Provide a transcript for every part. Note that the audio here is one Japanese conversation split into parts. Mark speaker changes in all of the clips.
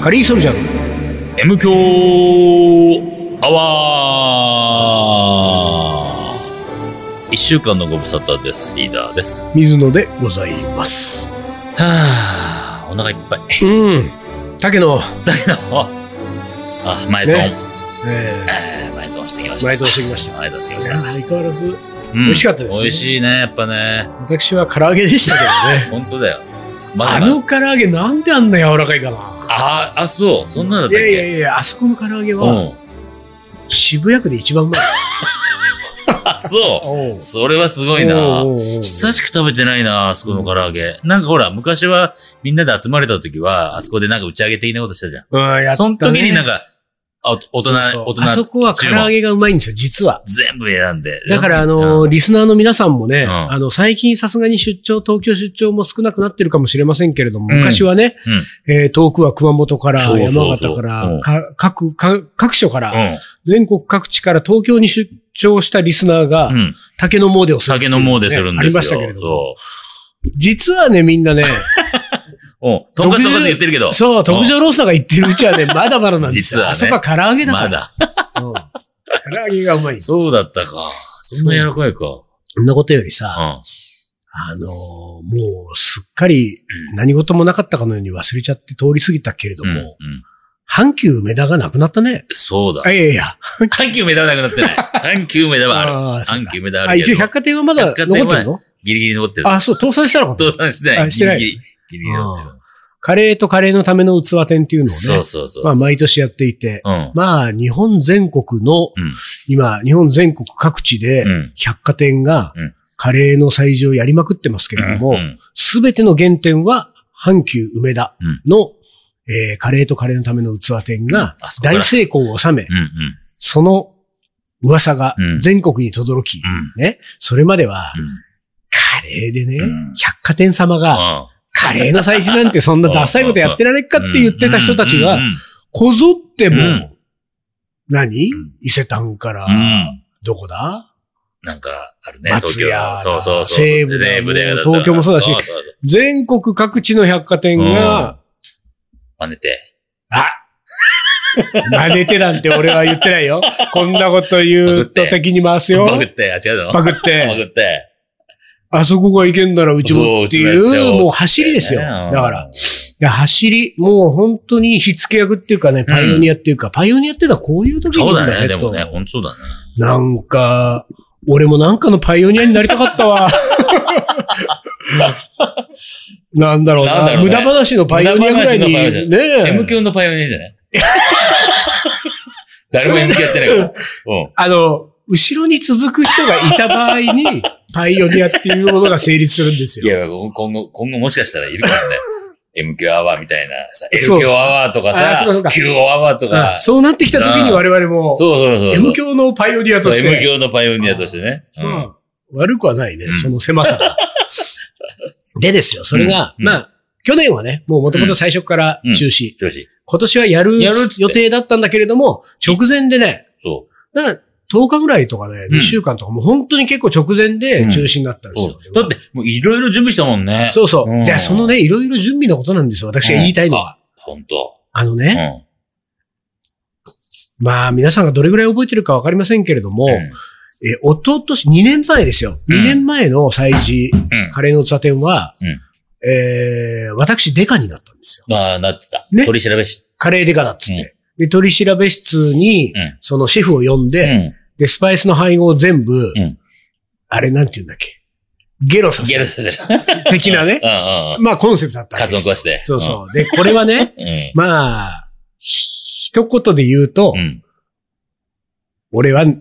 Speaker 1: カリーソルジャー
Speaker 2: M 強アワー一週間のご無沙汰です。リーダーです。は
Speaker 1: 水野でございます
Speaker 2: あ、お腹いっ ぱい。
Speaker 1: うん竹野、
Speaker 2: だけど、あ、前トン、
Speaker 1: ねえ
Speaker 2: えー前トンしてきまし
Speaker 1: ー、
Speaker 2: た。
Speaker 1: 前通してきました
Speaker 2: 前トンしてきま
Speaker 1: い
Speaker 2: し
Speaker 1: や
Speaker 2: た。
Speaker 1: 相変わらず
Speaker 2: うん
Speaker 1: 美味しかったですね
Speaker 2: 美味しいね、やっぱね。
Speaker 1: 私は唐揚げでしたけど ね
Speaker 2: 本当だよ。まだ
Speaker 1: あ
Speaker 2: まだ
Speaker 1: の唐揚げなんであんな柔らかいかな
Speaker 2: ああ、そう。そんなのだっ
Speaker 1: い
Speaker 2: たっ
Speaker 1: や
Speaker 2: け
Speaker 1: いやいやあそこの唐揚げ
Speaker 2: う
Speaker 1: は
Speaker 2: ん。
Speaker 1: 渋谷区で一番うまい
Speaker 2: あ、そ
Speaker 1: おう
Speaker 2: う。それはすごいな
Speaker 1: おう。おうおう
Speaker 2: 久しく食べてないな、あそこの唐揚げ。なんかほら、昔はみんなで集まれた時は、あそこでなんか打ち上げ的なことしたじゃん。
Speaker 1: うんやったね
Speaker 2: その時になんか、あ大人、
Speaker 1: そうそう
Speaker 2: 大人、
Speaker 1: あそこは唐
Speaker 2: 注
Speaker 1: 揚
Speaker 2: 文
Speaker 1: げがうまいんですよ実は
Speaker 2: 全部選んで。
Speaker 1: だから、あ
Speaker 2: う
Speaker 1: の
Speaker 2: ん、
Speaker 1: リスナーの皆さんもね、
Speaker 2: うん
Speaker 1: あの、最近さすがに出張、東京出張も少なくなってるかもしれませんけれども、
Speaker 2: うん
Speaker 1: 昔はね、えー遠くは熊本から、
Speaker 2: そうそうそう
Speaker 1: 山形から、
Speaker 2: うん
Speaker 1: か各、か各所から、
Speaker 2: うん。
Speaker 1: 全国各地から東京に出張したリスナーが、
Speaker 2: うん。
Speaker 1: 竹の詣をするってい
Speaker 2: 酒
Speaker 1: う
Speaker 2: の
Speaker 1: ね、
Speaker 2: もうでするんですよ。
Speaker 1: ありましたけれども。
Speaker 2: そ
Speaker 1: 実はね、みん なね、
Speaker 2: う。うん。とんかつとんかつ言ってるけど。
Speaker 1: そう、特上ロースターが言ってるうちはね、まだまだなんですよ。
Speaker 2: 実はね
Speaker 1: あそこは唐揚げだか
Speaker 2: ま
Speaker 1: ら。
Speaker 2: だ。
Speaker 1: うん唐揚げがうまい。そ
Speaker 2: そうだったか。そんな柔らかいか。
Speaker 1: んなことよりさ、
Speaker 2: うん。
Speaker 1: あのーもうすっかり何事もなかったかのように忘れちゃって通り過ぎたけれど
Speaker 2: う
Speaker 1: も、
Speaker 2: ん。うん
Speaker 1: 阪急梅田がなくなったね。
Speaker 2: そうだ
Speaker 1: あ。いやいや。
Speaker 2: 阪急梅田はなくなってない。 阪急梅田はある。
Speaker 1: あーそう
Speaker 2: 阪
Speaker 1: か
Speaker 2: 急梅田はあ
Speaker 1: あ、
Speaker 2: るけ
Speaker 1: 一応
Speaker 2: ど。
Speaker 1: 百貨店はまだ
Speaker 2: 百貨
Speaker 1: 残って
Speaker 2: 店は
Speaker 1: るの
Speaker 2: ギリギリ残ってる。
Speaker 1: あ、そう、倒産したのか
Speaker 2: 倒
Speaker 1: と。
Speaker 2: 産してな
Speaker 1: あ
Speaker 2: い。
Speaker 1: してない
Speaker 2: ギリギリ。ギリギリ残ってる。
Speaker 1: カレーとカレーのための器店っていうのをね、
Speaker 2: そうそうそう。
Speaker 1: まあ毎年やっていて、
Speaker 2: うん。
Speaker 1: まあ日本全国の、
Speaker 2: うん
Speaker 1: 今、日本全国各地で
Speaker 2: うん
Speaker 1: 百貨店が
Speaker 2: うん
Speaker 1: カレーの催事をやりまくってますけれども、
Speaker 2: うん
Speaker 1: すべての原点は、阪急梅田の、えーカレーとカレーのための器店が
Speaker 2: あそこから
Speaker 1: 大成功を収め、
Speaker 2: うんうん。
Speaker 1: その噂が
Speaker 2: うん
Speaker 1: 全国に轟き、
Speaker 2: うん
Speaker 1: ね、それまでは、
Speaker 2: うん
Speaker 1: カレーでね、
Speaker 2: うん
Speaker 1: 百貨店様が、
Speaker 2: あ
Speaker 1: カレーの祭事なんてそんなダサいことやってられっかって言ってた人たち
Speaker 2: うん
Speaker 1: が、
Speaker 2: うん
Speaker 1: こぞっても
Speaker 2: うん、
Speaker 1: 何
Speaker 2: うん
Speaker 1: 伊勢丹から
Speaker 2: う、ん
Speaker 1: どこだ
Speaker 2: なんか、あるね、
Speaker 1: 松
Speaker 2: 東京
Speaker 1: 屋。
Speaker 2: そうそうそう。
Speaker 1: 西武だ
Speaker 2: 西
Speaker 1: も
Speaker 2: 武
Speaker 1: う東京もそうだし
Speaker 2: そうそうそう
Speaker 1: 全国各地の百貨店が、
Speaker 2: 真似て。
Speaker 1: あ真似てなんて俺は言って ないよ。こんなこと言うと敵に回すよ。
Speaker 2: バグって、あ、違うの
Speaker 1: パ
Speaker 2: バ
Speaker 1: クって、
Speaker 2: グって。
Speaker 1: あそこが行けんならうちもってい
Speaker 2: そちやっちゃお
Speaker 1: う、
Speaker 2: っ
Speaker 1: もう
Speaker 2: て
Speaker 1: 走りですよ。
Speaker 2: ね
Speaker 1: だから。。いや、走り、もう本当に火付け役っていうかね、パイオニアっていうか、パイオニアってのはこういう時にい
Speaker 2: そ
Speaker 1: ういん
Speaker 2: だね、で
Speaker 1: と
Speaker 2: もね、ほんとそうだね。
Speaker 1: なんか、俺もなんかのパイオニアになりたかった わ。なんだろう
Speaker 2: なんだ
Speaker 1: な。
Speaker 2: ろう
Speaker 1: 無
Speaker 2: ね
Speaker 1: 駄話のパイオニアぐらいに。
Speaker 2: 無駄話のパイオニ
Speaker 1: ねえ
Speaker 2: M 響のパイオニアじゃない 誰も M 響やってな いから。うん。
Speaker 1: あの、後ろに続く人がいた場合に、 パイオニアっていうものが成立するんです
Speaker 2: い
Speaker 1: よ。
Speaker 2: や、今後、今後もしかしたらいるかも ね。M 級アワーみたいなさ、L
Speaker 1: そう
Speaker 2: 級アワーとか
Speaker 1: あそうかそう
Speaker 2: さ
Speaker 1: か、
Speaker 2: Q アワーと
Speaker 1: あ
Speaker 2: か、そう
Speaker 1: そうなってきた時に我々も、
Speaker 2: そうそう。
Speaker 1: M 教のパイオニアと
Speaker 2: そう、
Speaker 1: し
Speaker 2: M
Speaker 1: て、
Speaker 2: 級のパイオニアとしてね。う
Speaker 1: ま
Speaker 2: ん
Speaker 1: あ悪くはないね
Speaker 2: うん、
Speaker 1: その狭さが。 でですよ、それが、
Speaker 2: うん
Speaker 1: まあ、去年はね、もう元々最初から中止。
Speaker 2: 調子。
Speaker 1: 今年はやる
Speaker 2: やるっつって
Speaker 1: 予定だったんだけれども、直前でね、
Speaker 2: そ
Speaker 1: だから10日ぐらいとかね、
Speaker 2: うん
Speaker 1: 2週間とか、もう本当に結構直前で中止になったん
Speaker 2: う
Speaker 1: です
Speaker 2: そ
Speaker 1: よ。
Speaker 2: う。だって、もういろいろ準備したもんね。
Speaker 1: そうそうう。
Speaker 2: ん
Speaker 1: じゃあ、そのね、いろいろ準備のことなんですよ。私が言いたいのは。
Speaker 2: ほんと。
Speaker 1: あの
Speaker 2: うん
Speaker 1: ね、まあ、皆さんがどれぐらい覚えてるかわかりませんけれども、
Speaker 2: うん
Speaker 1: え、おととし、2年前ですよ。
Speaker 2: うん
Speaker 1: 2年前の祭事、
Speaker 2: うん
Speaker 1: カレーのツア店は、
Speaker 2: うん
Speaker 1: えー、私、デカになったんですよ。
Speaker 2: まあ、なってた
Speaker 1: ね。
Speaker 2: 取り調べし。
Speaker 1: カレーデカだっつって。
Speaker 2: うん
Speaker 1: で、取り調べ室に、
Speaker 2: うん
Speaker 1: そのシェフを呼んで、
Speaker 2: うん。
Speaker 1: で、スパイスの配合を全部、
Speaker 2: うん
Speaker 1: あれ、なんて言うんだっけ。ゲロさ
Speaker 2: ゲ
Speaker 1: せ
Speaker 2: ルさせる。
Speaker 1: 的なね
Speaker 2: う。んうんうん。
Speaker 1: まあ、コンセプトだったん
Speaker 2: カ
Speaker 1: で
Speaker 2: ツオ
Speaker 1: す
Speaker 2: 食わして。
Speaker 1: そうそう。で、これはね、
Speaker 2: うん。うん。
Speaker 1: まあ、ひ一言で言うと、
Speaker 2: うん。
Speaker 1: 俺は海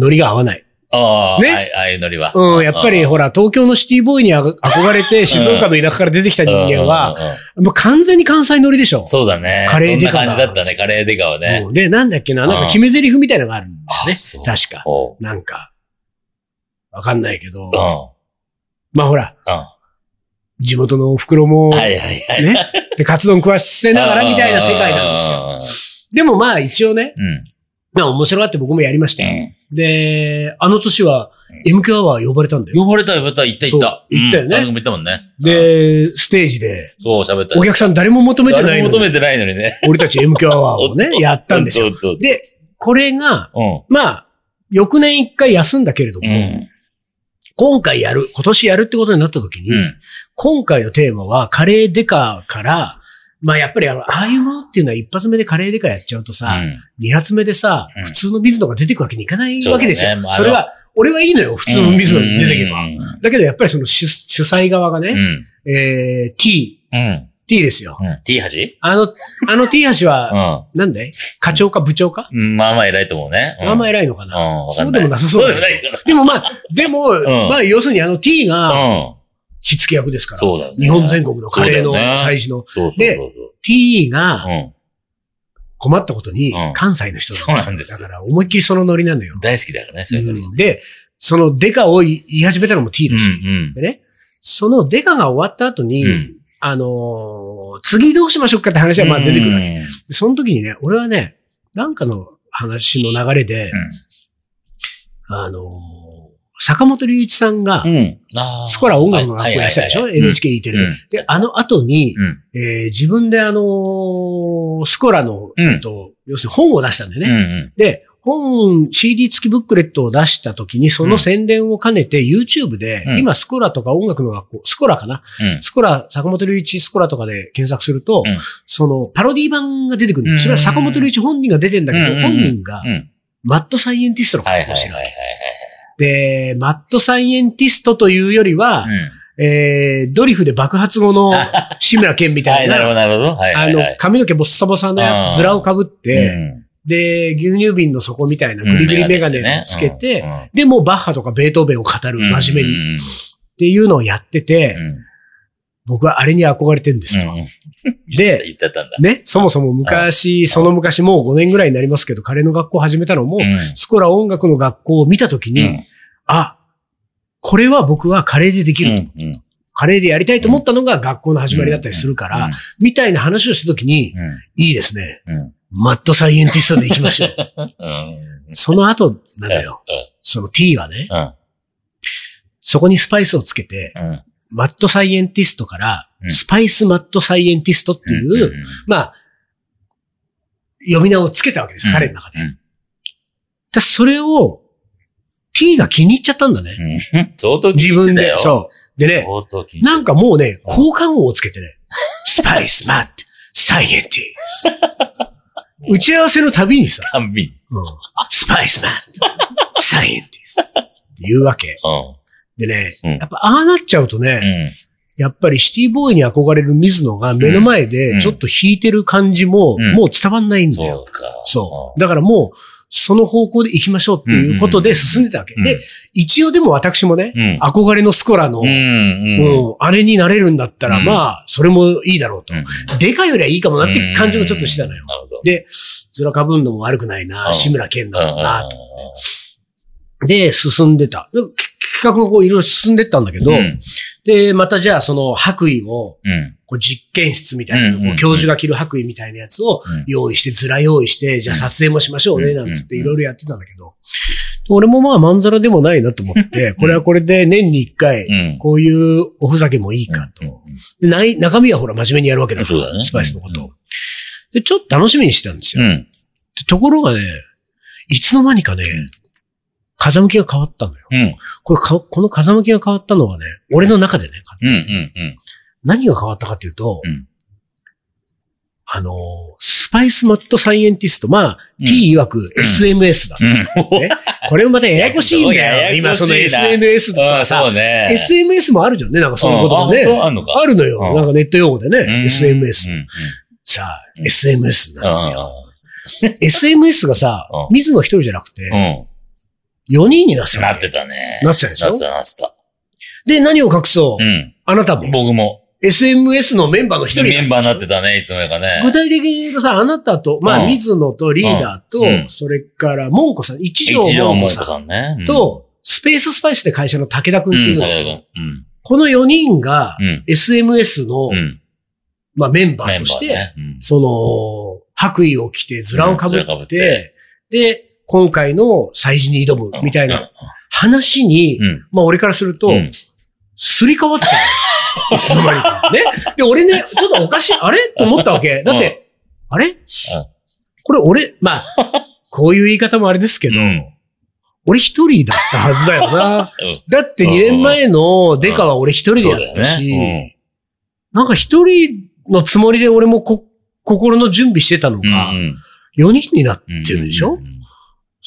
Speaker 1: 苔が合わない。
Speaker 2: ああ、
Speaker 1: ね
Speaker 2: ああああいうノリは。
Speaker 1: うん、やっぱり
Speaker 2: うん
Speaker 1: ほら、東京のシティボーイにあが憧れて、静岡の田舎から出てきた人間は、、
Speaker 2: うんうんうん
Speaker 1: もう完全に関西海苔でしょ。
Speaker 2: そうだね。
Speaker 1: カレーデカ
Speaker 2: そ
Speaker 1: だ
Speaker 2: んな感じだったね、カレーデカはね。
Speaker 1: うんで、なんだっけな、なん
Speaker 2: う
Speaker 1: か
Speaker 2: ん
Speaker 1: 決め台詞みたいなのがあるんだよね
Speaker 2: あそう。
Speaker 1: 確か。
Speaker 2: おう
Speaker 1: なんか、わかんないけど
Speaker 2: う、ん。
Speaker 1: まあほら、
Speaker 2: うん。は
Speaker 1: 地元のお袋も、
Speaker 2: いはいはい。
Speaker 1: ね。で、カツ丼食わせながらみたいな世界なんですよ。
Speaker 2: す
Speaker 1: でもまあ一応ね、
Speaker 2: よ。うん。
Speaker 1: まあ面白がって僕もやりましたよ。で、あの年は MQ アワー呼ばれたんだよ。
Speaker 2: 呼ばれた呼ばれた、行った行った。
Speaker 1: そう行ったよね
Speaker 2: うん番組行ったもんね。うん、
Speaker 1: で、ステージで、
Speaker 2: そう、喋った。
Speaker 1: お客さん誰も求めてない
Speaker 2: 誰も
Speaker 1: の
Speaker 2: 求
Speaker 1: に、
Speaker 2: めてないのにね。
Speaker 1: 俺たち MQ アワーを
Speaker 2: そう
Speaker 1: ね、
Speaker 2: そう
Speaker 1: やったんですよ。
Speaker 2: そうそう
Speaker 1: で、これが、
Speaker 2: うん。
Speaker 1: まあ、翌年一回休んだけれど
Speaker 2: う
Speaker 1: も、
Speaker 2: ん。
Speaker 1: 今回やる、今年やるってことになった時に、
Speaker 2: うん。
Speaker 1: 今回のテーマはカレーデカから、まあやっぱりあの、ああいうものっていうのは一発目でカレーデカやっちゃうとさ、二発目でさ
Speaker 2: う、ん
Speaker 1: 普通の水野が出てくわけにいかないわけですよ。
Speaker 2: そうだねまあ
Speaker 1: それは、俺はいいのよ、普通の水野に出てけば。
Speaker 2: うん。うん
Speaker 1: だけどやっぱりその主主催側がね、えー、T、
Speaker 2: うん。
Speaker 1: T ですよ。
Speaker 2: うん。T 8?
Speaker 1: あの、あの T 橋は、
Speaker 2: う
Speaker 1: なんで課長か部長か
Speaker 2: ん。まあまあ偉いと思うね。
Speaker 1: まあまあ
Speaker 2: 偉い。
Speaker 1: 偉いのか
Speaker 2: うん
Speaker 1: な。
Speaker 2: わか
Speaker 1: そうんで
Speaker 2: ない。
Speaker 1: もなさそう
Speaker 2: そ
Speaker 1: だ
Speaker 2: う
Speaker 1: ね
Speaker 2: でもないけ
Speaker 1: で
Speaker 2: ど
Speaker 1: もまあ、でも、まあ要するにあの T が
Speaker 2: うん。
Speaker 1: 火付け役ですから、
Speaker 2: そうだよね。
Speaker 1: 日本全国のカレーの
Speaker 2: そうだよね
Speaker 1: 祭事の
Speaker 2: そうそう
Speaker 1: で
Speaker 2: そうそう。
Speaker 1: T が、
Speaker 2: うん。
Speaker 1: 困ったことに
Speaker 2: うん、
Speaker 1: 関西の人
Speaker 2: そうなんです
Speaker 1: だから、思いっきりそのノリなのよ。
Speaker 2: 大好きだからね、そういうの
Speaker 1: うんで、そのデカを言い始めたのも T ですよ。
Speaker 2: うん
Speaker 1: でね、そのデカが終わった後に、
Speaker 2: うん
Speaker 1: あのー次どうしましょうかって話はまあ出てくるわけ。
Speaker 2: うん
Speaker 1: でその時にね、俺はね、なんかの話の流れで、あのー坂本龍一さんが、
Speaker 2: うん。あー
Speaker 1: スコラ音楽の学校やってたでしょ
Speaker 2: はいはいはいはい
Speaker 1: ?NHK いてる。
Speaker 2: うん
Speaker 1: で、あの後に、
Speaker 2: うん
Speaker 1: えー自分であのースコラの、
Speaker 2: うん
Speaker 1: えっと、要するに本を出したんだよね。
Speaker 2: うんうん。
Speaker 1: で、本、CD 付きブックレットを出した時に、その宣伝を兼ねて YouTube で、
Speaker 2: うん
Speaker 1: 今スコラとか音楽の学校、スコラかな、
Speaker 2: うん
Speaker 1: スコラ、坂本龍一スコラとかで検索すると、
Speaker 2: うん
Speaker 1: そのパロディ版が出てくるの
Speaker 2: うん
Speaker 1: それは坂本龍一本人が出てんだけど、
Speaker 2: うん
Speaker 1: 本人が
Speaker 2: うん。
Speaker 1: マッドサイエンティストの
Speaker 2: はい
Speaker 1: 格好
Speaker 2: はいは
Speaker 1: をして
Speaker 2: い
Speaker 1: る
Speaker 2: は
Speaker 1: わ
Speaker 2: い
Speaker 1: け。で、マッドサイエンティストというよりは
Speaker 2: は、い。うん
Speaker 1: えー、ドリフで爆発後の志村けんみた
Speaker 2: はいい、なるほど、
Speaker 1: な、
Speaker 2: なるほど。はい
Speaker 1: あ
Speaker 2: はい
Speaker 1: の
Speaker 2: はい。、
Speaker 1: 髪の毛ボッサボサのやつ、ズラをかぶって、で、牛乳瓶の底みたいなグリグリメガネをつけて、で、もうバッハとかベートーベンを語る真面目にっ
Speaker 2: に。
Speaker 1: ていうのをやってて
Speaker 2: う、ん
Speaker 1: 僕はあれに憧れてんですと。
Speaker 2: うん
Speaker 1: で、
Speaker 2: 言っちゃったんだ。
Speaker 1: ね、そもそも昔、その昔もう5年ぐらいになりますけど、カレーの学校を始めたのも、
Speaker 2: う
Speaker 1: スコラ音楽の学校を見たとき
Speaker 2: ん
Speaker 1: に、あ、これは僕はカレーででき
Speaker 2: う
Speaker 1: ると。
Speaker 2: んうん
Speaker 1: カレーでやりたいと思ったのが学校の始まりだったりするから、みたいな話をしたときに、いいですね。
Speaker 2: うんうん
Speaker 1: マッドサイエンティストで行きましょう。
Speaker 2: う ん
Speaker 1: その後なんだよ。その T はね、
Speaker 2: うん
Speaker 1: そこにスパイスをつけて、
Speaker 2: うん
Speaker 1: マッドサイエンティストから、
Speaker 2: うん
Speaker 1: スパイスマッドサイエンティストっていう、
Speaker 2: うんうん
Speaker 1: まあ、呼び名をつけたわけですよ、彼の中で。
Speaker 2: うん
Speaker 1: だそれを、T が気に入っちゃったんだね。
Speaker 2: うん相当
Speaker 1: 自
Speaker 2: 聞い
Speaker 1: 分
Speaker 2: てた
Speaker 1: で
Speaker 2: よ。。
Speaker 1: そう。でね、
Speaker 2: 相当聞いてた
Speaker 1: なんかもうね、交換音をつけてね、スパイスマッドサイエンティス ト。打ち合わせのたびにさ、
Speaker 2: たんびに。
Speaker 1: うんスパイスマッドサイエンティスト。って言うわけ。
Speaker 2: うん
Speaker 1: でね、
Speaker 2: うん
Speaker 1: やっぱああなっちゃうとね、
Speaker 2: うん
Speaker 1: やっぱりシティボーイに憧れる水野が目の前でちょっと弾いてる感じも、
Speaker 2: うん
Speaker 1: もう伝わんないんだ
Speaker 2: そ
Speaker 1: よ
Speaker 2: う。か。
Speaker 1: そう。だからもう、その方向で行きましょうっていうことで進んでたわけ。
Speaker 2: うん
Speaker 1: で、一応でも私もね、
Speaker 2: うん。
Speaker 1: 憧れのスコラの、
Speaker 2: うん。うんうん。
Speaker 1: うんあれになれるんだったら、
Speaker 2: うん
Speaker 1: まあ、それもいいだろうと。
Speaker 2: う
Speaker 1: でかいよりはいいかもなっ
Speaker 2: ん
Speaker 1: て感じがちょっとしてたのよ。
Speaker 2: なるほど。
Speaker 1: で、ずらかぶんのも悪くないな、
Speaker 2: うん
Speaker 1: 志村けんだろうな、
Speaker 2: う
Speaker 1: で、進んでた。でき企画がこういろいろ進んでったんだけど、
Speaker 2: んうんうん
Speaker 1: で、またじゃあその白衣を、
Speaker 2: うん
Speaker 1: こう実験室みたいなの、
Speaker 2: うんうんう
Speaker 1: こ
Speaker 2: ん
Speaker 1: う教授が着る白衣みたいなやつを
Speaker 2: うん
Speaker 1: 用意して、ずら用意して、じゃあ
Speaker 2: うん
Speaker 1: 撮影もしましょう
Speaker 2: うんう
Speaker 1: ね、
Speaker 2: ん
Speaker 1: なんつっていろいろやってたんだけど、俺もまあまんざらでもないなと思って、これはこれで年に一回
Speaker 2: う、ん。
Speaker 1: こういうおふざけもいいか
Speaker 2: うん
Speaker 1: と。でない中身はほら真面目にやるわけだか
Speaker 2: そうだ
Speaker 1: ら、
Speaker 2: ね
Speaker 1: スパイスのこと
Speaker 2: うん
Speaker 1: を。で、ちょっと楽しみにしてたんです
Speaker 2: う
Speaker 1: よ。
Speaker 2: ん。
Speaker 1: でところがね、いつの間にかね
Speaker 2: ん、
Speaker 1: 風向きが変わったのよ。
Speaker 2: うん。
Speaker 1: これか、この風向きが変わったのはね、俺の中でね、
Speaker 2: うん。うん。うん。
Speaker 1: 何が変わったかっていうと、
Speaker 2: うん
Speaker 1: あのー、スパイスマッドサイエンティスト、まあ、
Speaker 2: うん
Speaker 1: T 曰く SMS だ。
Speaker 2: うん。
Speaker 1: これもまたややこしいんだよ。
Speaker 2: いや
Speaker 1: 今
Speaker 2: す
Speaker 1: そ
Speaker 2: ご
Speaker 1: の
Speaker 2: いややこしいな
Speaker 1: SNS だった
Speaker 2: あ
Speaker 1: ら
Speaker 2: あ、そ
Speaker 1: さ、
Speaker 2: うね。
Speaker 1: SMS もあるじゃんね、なんかそのこともね。
Speaker 2: うんあ本当あんのか
Speaker 1: あるのよ。
Speaker 2: うん
Speaker 1: なんかネット用語でね、
Speaker 2: う
Speaker 1: SMS
Speaker 2: ん。うん。
Speaker 1: さあ、
Speaker 2: うん
Speaker 1: SMS なんですよ。
Speaker 2: う
Speaker 1: SMS がさ
Speaker 2: うん、
Speaker 1: 水野一人じゃなくて、
Speaker 2: ん。
Speaker 1: 4人になってた
Speaker 2: な
Speaker 1: わ
Speaker 2: っ
Speaker 1: け
Speaker 2: てたね。
Speaker 1: なってたでしょ
Speaker 2: なってた、なってた。
Speaker 1: で、何を隠そうう、
Speaker 2: ん。
Speaker 1: あなたも、
Speaker 2: 僕も。
Speaker 1: SMS のメンバーの一人になってたでしょ
Speaker 2: メンバーになってたね、いつの間にか
Speaker 1: 具
Speaker 2: ね。
Speaker 1: 体的に言うとさ、あなたと、まあ、
Speaker 2: うん
Speaker 1: 水野とリーダーと、
Speaker 2: うんうん
Speaker 1: それから、もんこさん、一条
Speaker 2: 一条
Speaker 1: もん
Speaker 2: も
Speaker 1: こ
Speaker 2: んこ
Speaker 1: さん
Speaker 2: さんね。うん、
Speaker 1: と、スペーススパイスって会社の武田くん
Speaker 2: う
Speaker 1: ってい
Speaker 2: ん、
Speaker 1: う
Speaker 2: 武
Speaker 1: の
Speaker 2: 田
Speaker 1: が、
Speaker 2: 君。
Speaker 1: この4人が
Speaker 2: う、ん。
Speaker 1: SMS の、
Speaker 2: うん。うん。
Speaker 1: まあ、メンバー
Speaker 2: メン
Speaker 1: と
Speaker 2: バ
Speaker 1: し
Speaker 2: ー
Speaker 1: て、
Speaker 2: ね。うん。
Speaker 1: その、白衣を着て、ズラをかぶ
Speaker 2: うんズラ
Speaker 1: っ、
Speaker 2: 被って
Speaker 1: で、今回の祭事に挑むみたいな、
Speaker 2: うん。
Speaker 1: 白話に、
Speaker 2: うん。
Speaker 1: まあ俺からすると、
Speaker 2: うん
Speaker 1: すり替わってた のよ。いつの間にか。ね。で、俺ね、ちょっとおかしい、あれと思ったわけ。だって、あれこれ俺、まあ、こういう言い方もあれですけど、
Speaker 2: うん。
Speaker 1: 俺一人だったはずだよな。だって2
Speaker 2: うん
Speaker 1: 年前のデカは俺一人で
Speaker 2: そ
Speaker 1: や
Speaker 2: うだ
Speaker 1: っ
Speaker 2: よ
Speaker 1: たし、
Speaker 2: ね。
Speaker 1: なんか一人のつもりで俺もこ心の準備してたの
Speaker 2: うん。
Speaker 1: が、
Speaker 2: うん
Speaker 1: 4人になっ
Speaker 2: うん
Speaker 1: てるでしょ、
Speaker 2: うん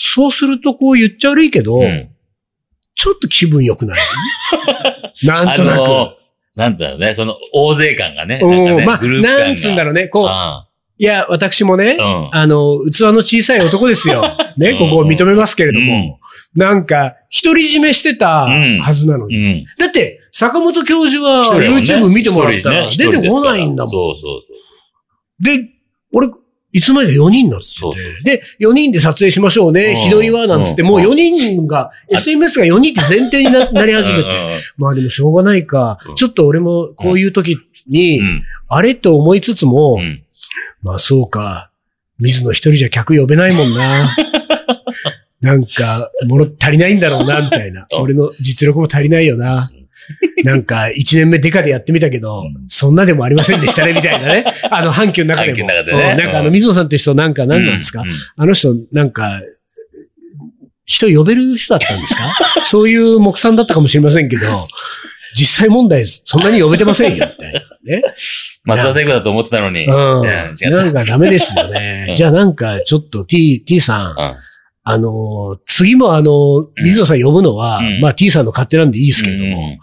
Speaker 1: そうするとこう言っちゃ悪いけど、
Speaker 2: うん
Speaker 1: ちょっと気分良く なる。なん
Speaker 2: あ
Speaker 1: となく。
Speaker 2: の、なんつうのね、その、大勢感がね。なんか
Speaker 1: うん
Speaker 2: ね
Speaker 1: まあ、
Speaker 2: グループ感が
Speaker 1: なんつうんだろうね。こう、
Speaker 2: う
Speaker 1: いや、私もね、
Speaker 2: ん。うん。
Speaker 1: あの、器の小さい男です よ。ね、
Speaker 2: うん
Speaker 1: ここを認めますけれども、なんか、独り占めしてたはずなのに。
Speaker 2: うん。
Speaker 1: だって、坂本教授は
Speaker 2: 一人だもん
Speaker 1: YouTube
Speaker 2: ね
Speaker 1: 見てもらったら
Speaker 2: 一
Speaker 1: 出
Speaker 2: 人ね
Speaker 1: てこないんだもん。
Speaker 2: そうそうそう。
Speaker 1: で、俺、いつまで4人になってて
Speaker 2: そうそう
Speaker 1: で、4人で撮影しましょう
Speaker 2: う
Speaker 1: ね、
Speaker 2: ん
Speaker 1: 日取りは、なんつって、もう4人が、
Speaker 2: うん
Speaker 1: SMS が4人って前提にななり始め
Speaker 2: うん
Speaker 1: て。まあでもしょうがないか
Speaker 2: うん。
Speaker 1: ちょっと俺もこういう時に
Speaker 2: う、ん
Speaker 1: あれと思いつつも
Speaker 2: う、ん。
Speaker 1: まあそうか。水野一人じゃ客呼べないもん な。なんか、もろ足りないんだろうな、みたい な。
Speaker 2: うん
Speaker 1: 俺の実力も足りないよな。なんか、一年目デカでやってみたけど、
Speaker 2: うん
Speaker 1: そんなでもありませんでしたね、みたいなね。あの、阪急の中でも。
Speaker 2: 阪急の中でね
Speaker 1: うんなんかあ
Speaker 2: う
Speaker 1: の、
Speaker 2: ん
Speaker 1: 水野さんって人なんか何なんですか、
Speaker 2: うん
Speaker 1: あの人、なんか、人呼べる人だったんです かそういう目算だったかもしれませんけど、実際問題、そんなに呼べてませんよ、みたいなね。
Speaker 2: 松田聖子だと思ってたのに。うん。
Speaker 1: うん。
Speaker 2: ね違った
Speaker 1: なんかダメですよ
Speaker 2: う
Speaker 1: ね
Speaker 2: ん。
Speaker 1: じゃあなんかちょっと T、T さん、あのー次もあのー、水野さん呼ぶのは、
Speaker 2: うん
Speaker 1: まあ T さんの勝手なんでいいですけれども、
Speaker 2: うん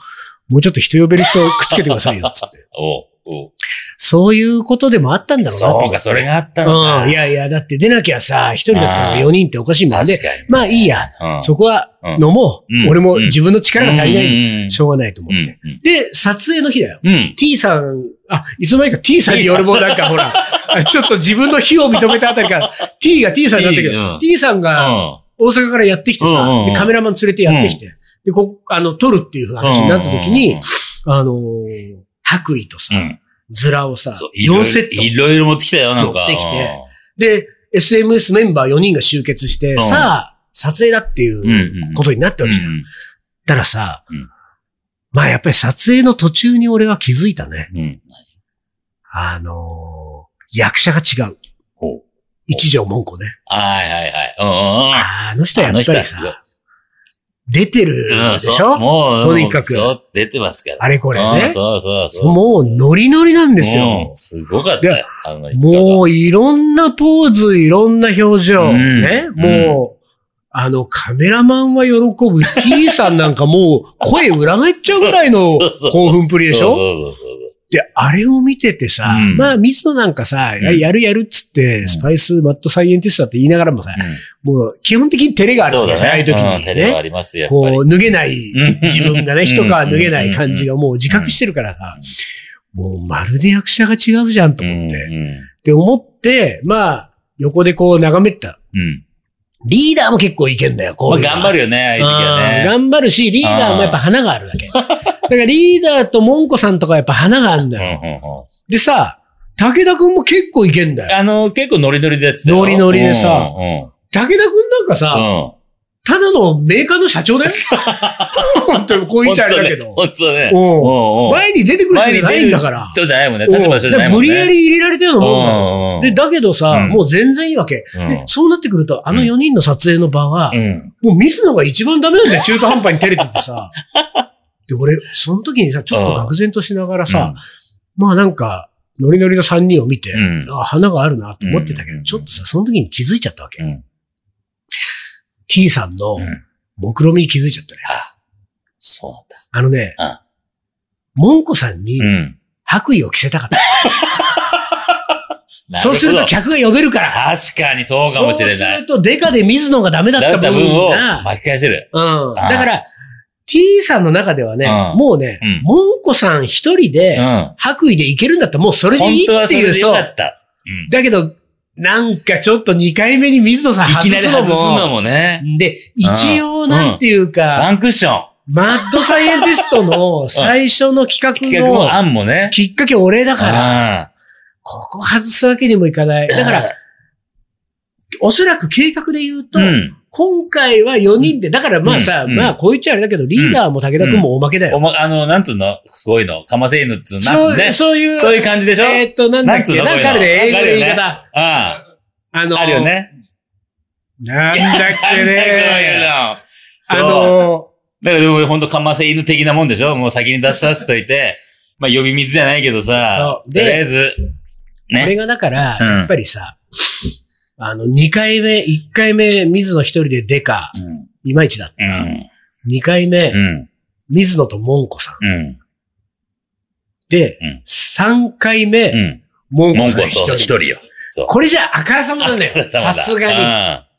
Speaker 1: もうちょっと人呼べる人をくっつけてくださいよ、つ って。
Speaker 2: おうおう
Speaker 1: そういうことでもあったんだろうなと
Speaker 2: そ
Speaker 1: 思
Speaker 2: う
Speaker 1: っ
Speaker 2: か、
Speaker 1: て。
Speaker 2: それがあったのか。
Speaker 1: うん。いやいや、だって出なきゃさ、一人だったら4人っておかしいもん
Speaker 2: 確
Speaker 1: で、
Speaker 2: かに。
Speaker 1: まあいいや、
Speaker 2: うん
Speaker 1: そこは飲もう。
Speaker 2: うん
Speaker 1: 俺も自分の力が足りない、
Speaker 2: ない
Speaker 1: しょうがないと思って。
Speaker 2: う
Speaker 1: で、撮影の日だよ。
Speaker 2: ん。うん。
Speaker 1: T さん、あ、いつの間にか T さんに俺もなんかほら、 ちょっと自分の非を認めたあたりから T が T さんになったけ
Speaker 2: T う
Speaker 1: ど
Speaker 2: ん、
Speaker 1: T さんが大阪からやってきて
Speaker 2: うんうんう
Speaker 1: さ
Speaker 2: ん、
Speaker 1: でカメラマン連れてやってきて、で、ここ、あの、撮るっていう話になった時に、、あのー、白衣とさ
Speaker 2: う、ん。
Speaker 1: ズラをさ、
Speaker 2: そう
Speaker 1: 4セット。
Speaker 2: いろいろ持ってきたよ、なんか。
Speaker 1: 持ってきてで、SMS メンバー4人が集結して、
Speaker 2: うん
Speaker 1: さあ、撮影だってい
Speaker 2: うん
Speaker 1: う
Speaker 2: うんうん
Speaker 1: ことになった
Speaker 2: う
Speaker 1: わ
Speaker 2: ん
Speaker 1: けじゃん。たらさ
Speaker 2: うん、
Speaker 1: まあやっぱり撮影の途中に俺は気づいたね。
Speaker 2: うんうん。
Speaker 1: あのー役者が違う。
Speaker 2: ほう
Speaker 1: 一条文庫ね。
Speaker 2: はいはいは
Speaker 1: あの人
Speaker 2: い。うん
Speaker 1: はや
Speaker 2: うん。あ
Speaker 1: っぱり
Speaker 2: の人はすごい。
Speaker 1: さ、出てる
Speaker 2: うん、
Speaker 1: でし
Speaker 2: そう。
Speaker 1: ょ
Speaker 2: もう、
Speaker 1: とにかく
Speaker 2: そう、出てますから。
Speaker 1: あれこれ
Speaker 2: う
Speaker 1: ね
Speaker 2: ん。そうそうそう。
Speaker 1: もうノリノリなんですよ。
Speaker 2: うんすごかったよ。あの人が
Speaker 1: もういろんなポーズ、いろんな表情。
Speaker 2: うん
Speaker 1: ね。
Speaker 2: うん
Speaker 1: もう、あの、カメラマンは喜ぶ。T さんなんかもう声裏返っちゃうぐらいの
Speaker 2: そうそうそう
Speaker 1: 興奮プリでしょ
Speaker 2: そうそうそう
Speaker 1: で、あれを見ててさ、
Speaker 2: うん
Speaker 1: まあ、水野なんかさ、や
Speaker 2: うん
Speaker 1: やるやるっつって、
Speaker 2: ん
Speaker 1: スパイスマットサイエンティストだって言いながらもさ、
Speaker 2: そう。
Speaker 1: もう基本的に照れがある
Speaker 2: そ
Speaker 1: わ
Speaker 2: う
Speaker 1: けです
Speaker 2: だ
Speaker 1: よ、ああいう
Speaker 2: ね。
Speaker 1: 時
Speaker 2: うん
Speaker 1: に
Speaker 2: テレは
Speaker 1: ね。
Speaker 2: ありますよ。やっぱり
Speaker 1: こう、脱げない、
Speaker 2: うん
Speaker 1: 自分がね、一皮脱げない感じがもう自
Speaker 2: う
Speaker 1: 覚
Speaker 2: ん
Speaker 1: してるからさ、もうまるで役者が違うじゃんと思って。
Speaker 2: うんうん
Speaker 1: って思って、まあ、横でこう眺めてた。
Speaker 2: うん。
Speaker 1: リーダーも結構いけんだよ、こ
Speaker 2: ま
Speaker 1: う
Speaker 2: あ
Speaker 1: いうのは。
Speaker 2: 頑張るよね、ああいう時
Speaker 1: うん
Speaker 2: はね。
Speaker 1: 頑張るし、リーダーもやっぱ花があるわけ。だからリーダーとモンコさんとかやっぱ花があるんだよ。
Speaker 2: うんうんうん
Speaker 1: でさ、武田くんも結構いけんだよ。
Speaker 2: あの、結構ノリノリでやってたよ
Speaker 1: ノリノリでさ
Speaker 2: うんうん
Speaker 1: 武田くんなんかさ、
Speaker 2: うん。
Speaker 1: ただのメーカーの社長だよ。本当にこう言っちゃあれだけど。
Speaker 2: 本当だね。
Speaker 1: うん
Speaker 2: お
Speaker 1: 前に出てくる人じゃないんだから。
Speaker 2: 人じゃないもんね。立場
Speaker 1: うんだ
Speaker 2: 人じゃ
Speaker 1: か
Speaker 2: ない
Speaker 1: ら
Speaker 2: もん
Speaker 1: 無
Speaker 2: ね。
Speaker 1: 理やり入れられたような
Speaker 2: うん
Speaker 1: もんだよ。
Speaker 2: うんうん。
Speaker 1: で、だけどさ、
Speaker 2: うん
Speaker 1: もう全然いいわけ。
Speaker 2: うん
Speaker 1: で、そうなってくると、あの4人の撮影の場は、
Speaker 2: うん。
Speaker 1: もう水野が一番ダメなん だよ、中途半端に照れててさ。で、俺、その時にさ、ちょっと愕然としながらさ、まあなんか、ノリノリの3人を見て、
Speaker 2: うん
Speaker 1: あ花があるなと思ってたけ
Speaker 2: う
Speaker 1: ど、
Speaker 2: ん
Speaker 1: ちょっとさ、その時に気づいちゃったわけ。
Speaker 2: うん
Speaker 1: T さんの
Speaker 2: うん、
Speaker 1: 目論見に気づいちゃったね。
Speaker 2: あ、そうなんだ。
Speaker 1: あのね
Speaker 2: あ、
Speaker 1: モンコさんに
Speaker 2: うん
Speaker 1: 白衣を着せたかった。
Speaker 2: なほ
Speaker 1: そ
Speaker 2: ど
Speaker 1: うすると客が呼べるから。
Speaker 2: 確かにそうかもしれ
Speaker 1: そう
Speaker 2: な
Speaker 1: す
Speaker 2: い。
Speaker 1: るとデカで水野がダメだ
Speaker 2: だ
Speaker 1: っ
Speaker 2: ったた
Speaker 1: 部
Speaker 2: 部分
Speaker 1: 分
Speaker 2: を
Speaker 1: が、
Speaker 2: 巻き返せる。
Speaker 1: うん。だ
Speaker 2: あ
Speaker 1: から、T さんの中ではね
Speaker 2: う、ん
Speaker 1: もうね
Speaker 2: うん、
Speaker 1: モンコさん一人
Speaker 2: うん。
Speaker 1: で
Speaker 2: 本
Speaker 1: 白衣でいけるんだったらもうそれでい
Speaker 2: 当
Speaker 1: い
Speaker 2: は
Speaker 1: って
Speaker 2: そ
Speaker 1: い
Speaker 2: れ
Speaker 1: う、
Speaker 2: でよ
Speaker 1: そ
Speaker 2: か
Speaker 1: う。
Speaker 2: った。うん
Speaker 1: だけど、なんかちょっと2回目に水野さん
Speaker 2: い
Speaker 1: 外
Speaker 2: きなり
Speaker 1: すの
Speaker 2: 外すの
Speaker 1: も、
Speaker 2: もね。
Speaker 1: で、一応なんていうか、
Speaker 2: ワンクッション。
Speaker 1: マッドサイエンティストの最初の企
Speaker 2: 企
Speaker 1: 画
Speaker 2: 画も
Speaker 1: の
Speaker 2: 案もね。
Speaker 1: きっかけ俺だから、
Speaker 2: ら。
Speaker 1: ここ外すわけにもいかない。だから、おそらく計画で言うと、
Speaker 2: うん。
Speaker 1: 今回は4人で、だからまあさ、
Speaker 2: うん
Speaker 1: まあこう言っちゃあれだけど、リーダーも武田君もおまけだよ。
Speaker 2: おま、あの、なんつうのすごいの。かませ犬っつうの。なんつ
Speaker 1: そう
Speaker 2: うね。
Speaker 1: そういう、
Speaker 2: そういう感じでしょ
Speaker 1: えーっと、なんだっけ、
Speaker 2: なんつうの
Speaker 1: なんかあるで、英語の言い
Speaker 2: なん
Speaker 1: 方。
Speaker 2: かああ、
Speaker 1: あの、
Speaker 2: あるよ。ね。
Speaker 1: なんだっけね。
Speaker 2: あ
Speaker 1: あ
Speaker 2: の、そう。
Speaker 1: の、
Speaker 2: だからでもほんとかませ犬的なもんでしょもう先に出し出しといて、まあ呼び水じゃないけどさ、
Speaker 1: そう
Speaker 2: と
Speaker 1: で
Speaker 2: りあえず、ね
Speaker 1: これがだから、
Speaker 2: うん
Speaker 1: やっぱりさ、あの、2回目、1回目、水野一人でデカ、いまいちだった。
Speaker 2: う
Speaker 1: 2回目、
Speaker 2: ん、うん、
Speaker 1: 水野とモンコさん。
Speaker 2: うん、
Speaker 1: で
Speaker 2: うん、
Speaker 1: 3回目、
Speaker 2: うん。
Speaker 1: モン
Speaker 2: 文
Speaker 1: コさん
Speaker 2: 句は
Speaker 1: 一
Speaker 2: そう、一
Speaker 1: 人。
Speaker 2: 人よ。そう。
Speaker 1: これじゃあからさまなんだよ。さすがに。
Speaker 2: に。